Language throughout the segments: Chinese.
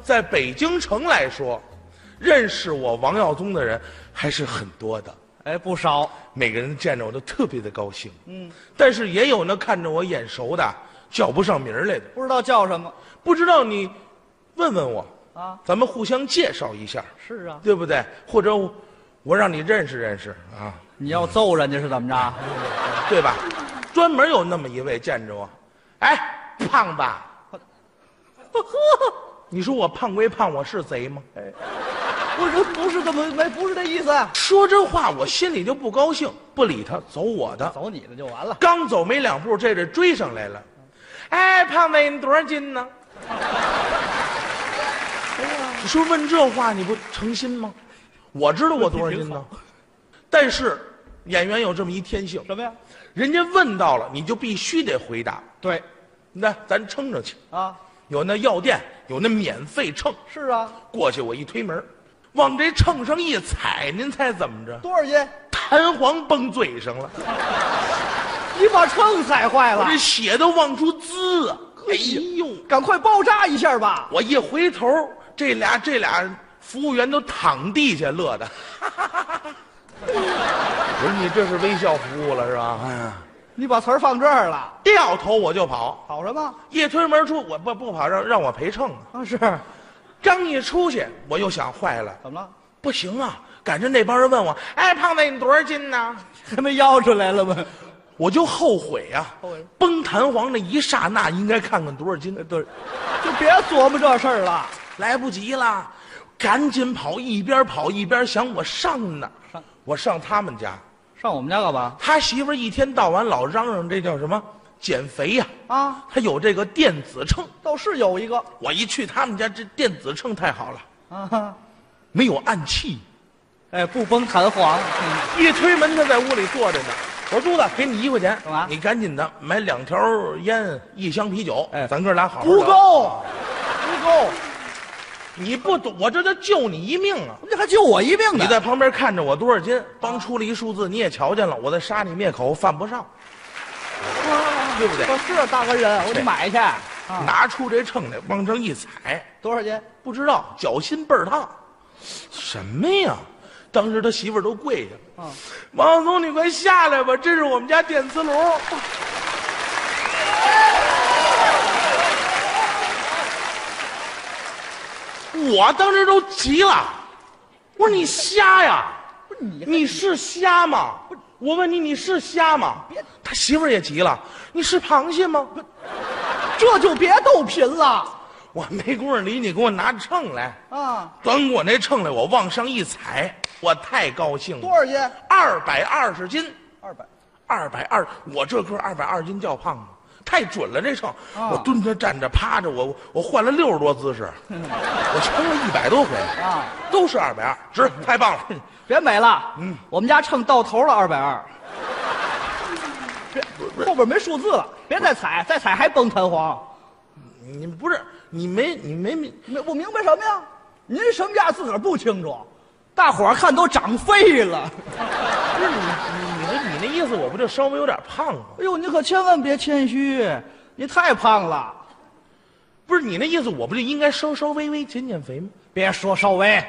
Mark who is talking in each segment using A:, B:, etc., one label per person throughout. A: 在北京城来说，认识我王耀宗的人还是很多的。
B: 哎，不少。
A: 每个人见着我都特别的高兴。嗯，但是也有那看着我眼熟的，叫不上名儿来的。
B: 不知道叫什么
A: 不知道你问问我，
B: 啊？
A: 咱们互相介绍一下，
B: 是啊，
A: 对不对？或者我我让你认识认识啊，
B: 你要揍人家是怎么着？
A: 对吧？专门有那么一位见着我，哎，胖吧？ 你说我胖归胖，我是贼吗？
B: 不是，不是这么没，不是这意思。啊
A: 说这话我心里就不高兴，不理他，走我的。
B: 走你的就完了。
A: 刚走没两步，这人追上来了。哎，胖子，你多少斤呢？你说问这话你不诚心吗？我知道我多少斤呢，但是演员有这么一天性，
B: 什么呀？
A: 人家问到了，你就必须得回答。
B: 对，
A: 那咱撑着去，
B: 啊，
A: 有那药店有那免费秤，
B: 是啊，
A: 过去我一推门，往这秤上一踩，您猜怎么着？
B: 多少斤？
A: 弹簧崩嘴上了。
B: 你把秤踩坏哎
A: 我这血都往出滋啊！哎呦，
B: 赶快包扎一下吧。
A: 我一回头，这俩这俩服务员都躺地下乐 的。我说你这是微笑服务了是吧？哎呀，
B: 你把词儿放这儿了，
A: 掉头我就跑，
B: 跑什么？
A: 一推门出，我不不跑，让让我陪秤呢。
B: 啊，是，
A: 刚一出去，我又想坏了，
B: 怎么了？
A: 不行啊！赶上那帮人问我，哎，胖子你多少斤呢？
B: 还没要出来了吗？
A: 我就后悔呃啊
B: 后悔，
A: 崩弹簧那一刹那应该看看多少斤，
B: 对，就别琢磨这事儿了。
A: 来不及了，赶紧跑，一边跑一边想我上哪儿
B: 上
A: 我上他们家，
B: 上我们家干嘛？
A: 他媳妇儿一天到晚老嚷嚷这叫什么减肥呀、
B: 啊，
A: 他有这个电子秤。
B: 倒是有一个
A: 我一去他们家，这电子秤太好了，
B: 啊，
A: 没有暗器。
B: 哎，不崩弹簧，嗯
A: 一推门，他在屋里坐着呢。我说珠子，给你一块钱，
B: 干嘛
A: 你赶紧的买两条烟，一箱啤酒。
B: 哎
A: 咱哥俩好好
B: 不
A: 聊。
B: 够，不够，
A: 你不懂，我这叫救你一命啊！
B: 这还救我一命
A: 你
B: 呢。
A: 在旁边看着我多少斤，帮出了一数字，你也瞧见了，我再杀你灭口，犯不上，对不对？
B: 我是啊大官人，我得买去。啊，
A: 拿出这秤来，往上一踩，
B: 多少斤？
A: 不知道脚心倍儿烫，什么呀？当时他媳妇儿都跪下了。
B: 啊，
A: 王晓松，你快下来吧，这是我们家电磁 炉。我当时都急了，我说你瞎呀？
B: 不是你
A: 你是瞎吗？我问你，你是瞎吗？他媳妇儿也急了，你是螃蟹吗？
B: 这就别斗贫了
A: 我没工夫理你，给我拿秤来。
B: 啊！
A: 等我那秤来，我往上一踩，我太高兴
B: 多
A: 了，
B: 少斤？
A: 二百二十斤，
B: 二百。
A: 二百二，我这个二百二斤叫胖吗？太准了，这秤，
B: 啊
A: 我蹲着、站着、趴着，我我换了六十多姿 势，我称了一百多回，
B: 啊
A: 都是二百二，值，太棒了。
B: 别美了，嗯，我们家秤到头了，二百二。别，后边没数字了，别再踩，再踩还崩弹簧。
A: 你不是你没你没明
B: 没，我明白什么呀？您什么价自个儿不清楚，大伙儿看都长肺了。
A: 不是你你你那你那意思，我不就稍微有点胖啊吗？
B: 哎呦，你可千万别谦虚，你太胖了。
A: 不是你那意思，我不就应该稍稍微微减减肥吗？
B: 别说稍微，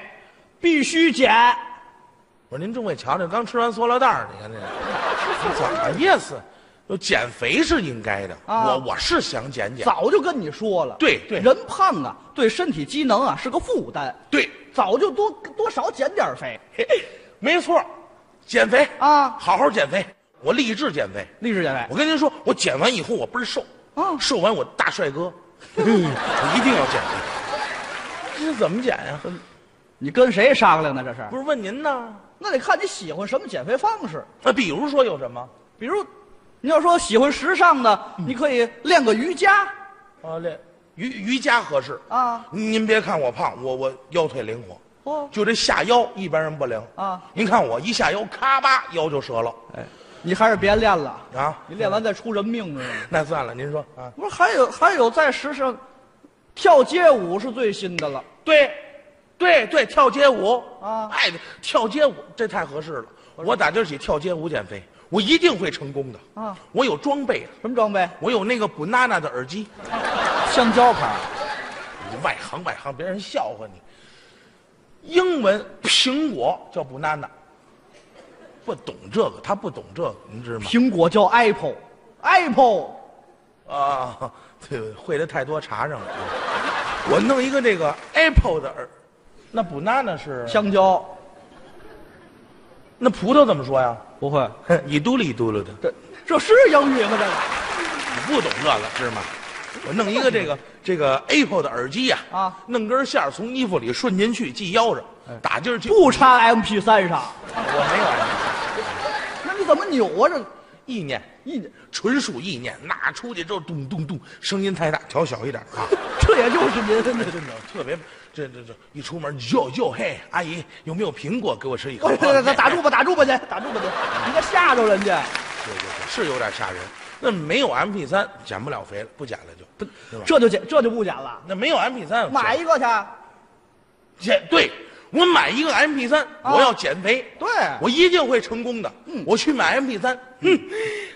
B: 必须减。
A: 我说您诸位瞧瞧，刚吃完塑料袋儿，你看这个，怎么意思？就减肥是应该的，
B: 啊
A: 我我是想减减，
B: 早就跟你说了，
A: 对对
B: 人胖啊，对身体机能啊是个负担，
A: 对，
B: 早就多多少减点儿肥
A: 嘿没错，减肥
B: 啊
A: 好好减肥，我励志减肥。
B: 励志减肥。
A: 我跟您说，我减完以后我倍儿瘦，
B: 啊
A: 瘦完我大帅 哥，我一定要减肥。这是怎么减呀、
B: 你跟谁商量呢？这是
A: 不？是问您呢？
B: 那得看你喜欢什么减肥方式。
A: 那比如说有什么？
B: 比如，你要说喜欢时尚的，
A: 嗯
B: 你可以练个瑜伽
A: 啊，练瑜瑜伽合适。
B: 啊，
A: 您别看我胖，我我腰腿灵活。
B: 哦，
A: 就这下腰，一般人不灵
B: 啊
A: 您看我一下腰，咔吧腰就折了
B: 你还是别练了，
A: 啊。
B: 你练完再出人命知道吗？
A: 那算了，您说啊？
B: 不是，还有还有在时尚，跳街舞是最新的了。
A: 对，对对，跳街舞
B: 啊
A: 哎，跳街舞这太合适了。我打今儿起跳街舞减肥，我一定会成功的
B: 啊！
A: 我有装备，
B: 什么装备？
A: 我有那个补娜娜的耳机，
B: 香蕉牌。
A: 你外行外行，别人笑话你。英文苹果叫 banana，不懂这个，他不懂这个，您知吗？
B: 苹果叫 Apple，Apple
A: 啊，对，会的太多，查上了。我弄一个这个 apple 的耳，那 banana 是
B: 香蕉
A: 那葡萄怎么说呀？
B: 不会，
A: 一嘟噜一嘟噜的，
B: 这这是英语吗？这个
A: 你不懂这个是吗？我弄一个 这个这个 apple 的耳机呀、啊，哎
B: 啊
A: 弄根线儿从衣服里顺进去，系腰上，打劲儿去。
B: 不插 MP 三上，
A: 我没有啊耳机
B: 那你怎么扭啊？这
A: 意念，
B: 一扭
A: 纯属意念。那出去之后咚咚咚，声音太大，调小一点 啊。
B: 这也就是您真的真的。
A: 特别，这这这一出门，哟哟嘿，阿姨有没有苹果给我吃一口 哎
B: 我？打打住吧，打住吧，您打住吧，您，你这吓着人家。
A: 对对对，是有点吓人。那没有 MP 三，减不了肥了，不减了就不，对吧？
B: 这就减，这就不减了，
A: 那没有 MP 三，
B: 买一个去。
A: 减对，我买一个 MP 三，我要减肥，
B: 啊对，嗯
A: 我一定会成功的。我去买 MP 三，哼，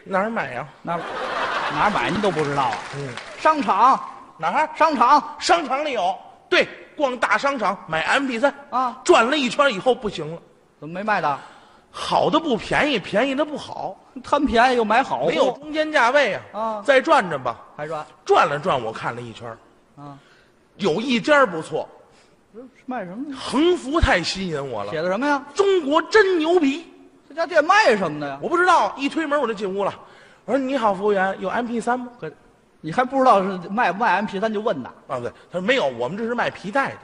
A: 哪儿买呀？
B: 哪哪儿买您都不知道啊？
A: 嗯，
B: 商场，
A: 哪儿？
B: 商场，
A: 商场里有。对，逛大商场买 MP 三
B: 啊
A: 转了一圈以后不行了，
B: 怎么没卖的？
A: 好的不便宜，便宜的不好，
B: 贪便宜又买好货，
A: 没有中间价位啊。
B: 啊
A: 再转转吧，
B: 还说
A: 转了转，我看了一圈儿，
B: 啊，
A: 有一家儿不错，
B: 卖什么呀？
A: 横幅太吸引我了
B: 写，的什么呀？
A: 中国真牛逼。
B: 这家店卖什么的呀？
A: 我不知道，一推门我就进屋了。我说：“你好，服务员，有 MP 三吗
B: 可，你还不知道是卖不卖 MP 三就问呐？”
A: 啊，不对，他说没有，我们这是卖皮带的，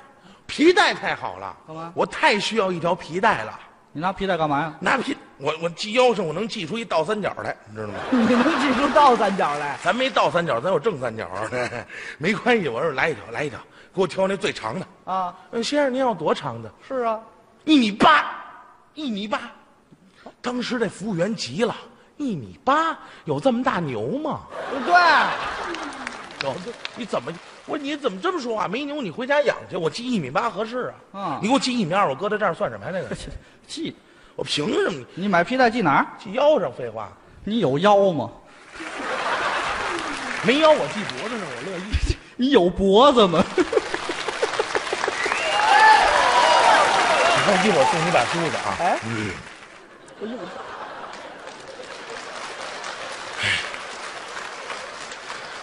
A: 皮带太好了，
B: 干嘛
A: 我太需要一条皮带了。
B: 你拿皮带干嘛呀？
A: 拿皮，我我系腰上，我能系出一倒三角来，你知道吗？
B: 你能记出倒三角来？
A: 咱没倒三角，咱有正三角，啊 没关系。我说来一条，来一条，给我挑那最长的。
B: 啊，
A: 嗯，先生您要多长的？
B: 是啊，
A: 一米八，一米八。当时这服务员急了，一米八有这么大牛吗？
B: 对，
A: 有这你怎么？我说你怎么这么说话、没牛你回家养去，我系一米八合适啊。
B: 啊
A: 你给我系一米二，我搁在这儿算什么呀？那个，
B: 系，
A: 我凭什么
B: 你买皮带系哪儿？
A: 系腰上？废话，
B: 你有腰吗？
A: 没腰我系脖子上，我乐意。
B: 你有脖子吗？
A: 放心，我送你把梳子啊。
B: 哎
A: 嗯，哎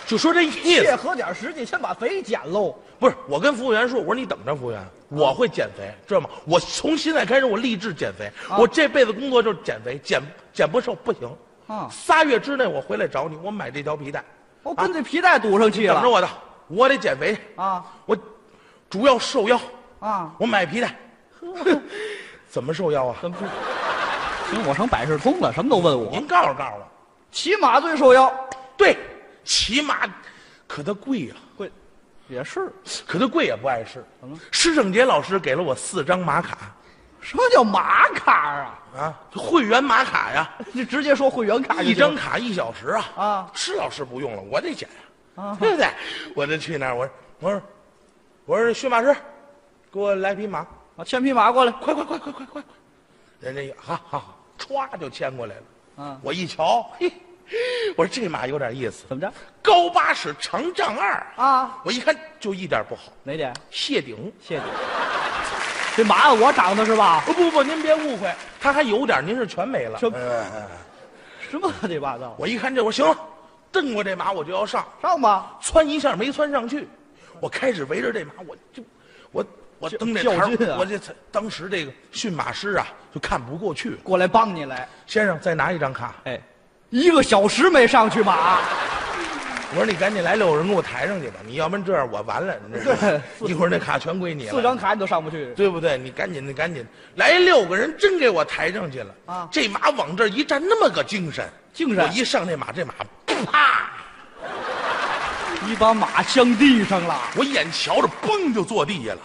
A: 就说这意
B: 切
A: 思，
B: 合点实际，先把肥减喽。
A: 不是我跟服务员说，我说你等着，服务员，我会减肥，知道吗？我从现在开始，我立志减肥，我这辈子工作就是减肥，减减不瘦不行。
B: 啊，
A: 仨月之内我回来找你，我买这条皮带，
B: 我跟这皮带堵上去
A: 等着
B: 了。
A: 我的，我得减肥，
B: 啊
A: 我主要瘦腰，
B: 啊，
A: 我买皮带， 怎么瘦腰啊？
B: 怎么是？行，我成百事通了，什么都问我。
A: 您告诉告诉我，
B: 骑马最受腰，
A: 对，骑马，可它贵呀、
B: 贵，也是。
A: 可它贵也不碍事
B: 怎么了。
A: 施正杰老师给了我四张马卡
B: 什么叫马卡啊？
A: 啊，会员马卡呀，
B: 你直接说会员卡就行
A: 一张卡一小时啊。
B: 啊
A: 施老师不用了，我得减
B: 啊
A: 对不对？我就去那儿，我说我说我说驯马师，给我来匹马，
B: 啊，牵匹马过来。
A: 快快快快快快！人家一哈哈，歘就牵过来了。
B: 啊，
A: 我一瞧，嘿，我说这马有点意思，
B: 怎么着？
A: 高八尺，长丈二。
B: 啊，
A: 我一看就一点不好，
B: 哪点？
A: 谢顶。
B: 谢谢。这马按我长的是吧？
A: 不不不，您别误会，他还有点，您是全没了。
B: 什
A: 嗯
B: 什么乱七八糟？
A: 我一看这，我行了，蹬过这马我就要上，
B: 上吧，
A: 窜一下没窜上去，我开始围着这马，我就我我蹬这
B: 较
A: 台
B: 劲
A: 儿，
B: 啊
A: 我这才当时这个驯马师啊就看不过去了，
B: 过来帮你来。
A: 先生再拿一张卡，
B: 哎，一个小时没上去马，
A: 我说你赶紧来六个人给我抬上去吧，你要不然这样我完了，你知道吗？
B: 对
A: 一会儿那卡全归你了，
B: 四张卡你都上不去。
A: 对不对？你赶紧，你赶紧，来六个人真给我抬上去了
B: 啊
A: 这马往这儿一站，那么个精神，
B: 精神
A: 我一上这马，这马啪，
B: 你把马镶地上了，
A: 我眼瞧着嘣就坐地下了。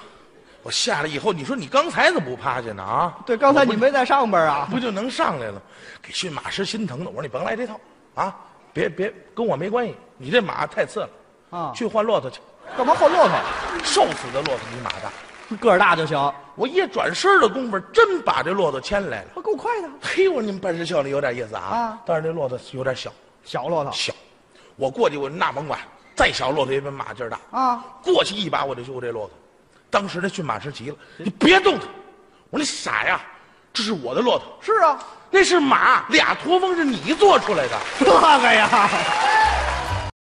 A: 我下来以后，你说你刚才怎么不趴下呢？啊，
B: 对，刚才你没在上边啊？
A: 不就能上来了？给驯马师心疼的，我说你甭来这套啊，别别跟我没关系，你这马太次了，
B: 啊，
A: 去换骆驼去，
B: 干嘛换骆驼？
A: 瘦死的骆驼比马大。
B: 个儿大就行。
A: 我一转身的功夫，真把这骆驼牵来了。
B: 我够快的，
A: 嘿，我说你们办事效率有点意思啊，
B: 啊
A: 但是这骆驼有点小。
B: 小骆驼
A: 小，我过去我那甭管，再小骆驼也比马劲儿大
B: 啊！
A: 过去一把我就揪这骆驼，当时他驯马师急了：“你别动它！”我说：“你傻呀，这是我的骆驼，
B: 是啊，
A: 那是马，俩驼峰是你做出来的。
B: 这个呀，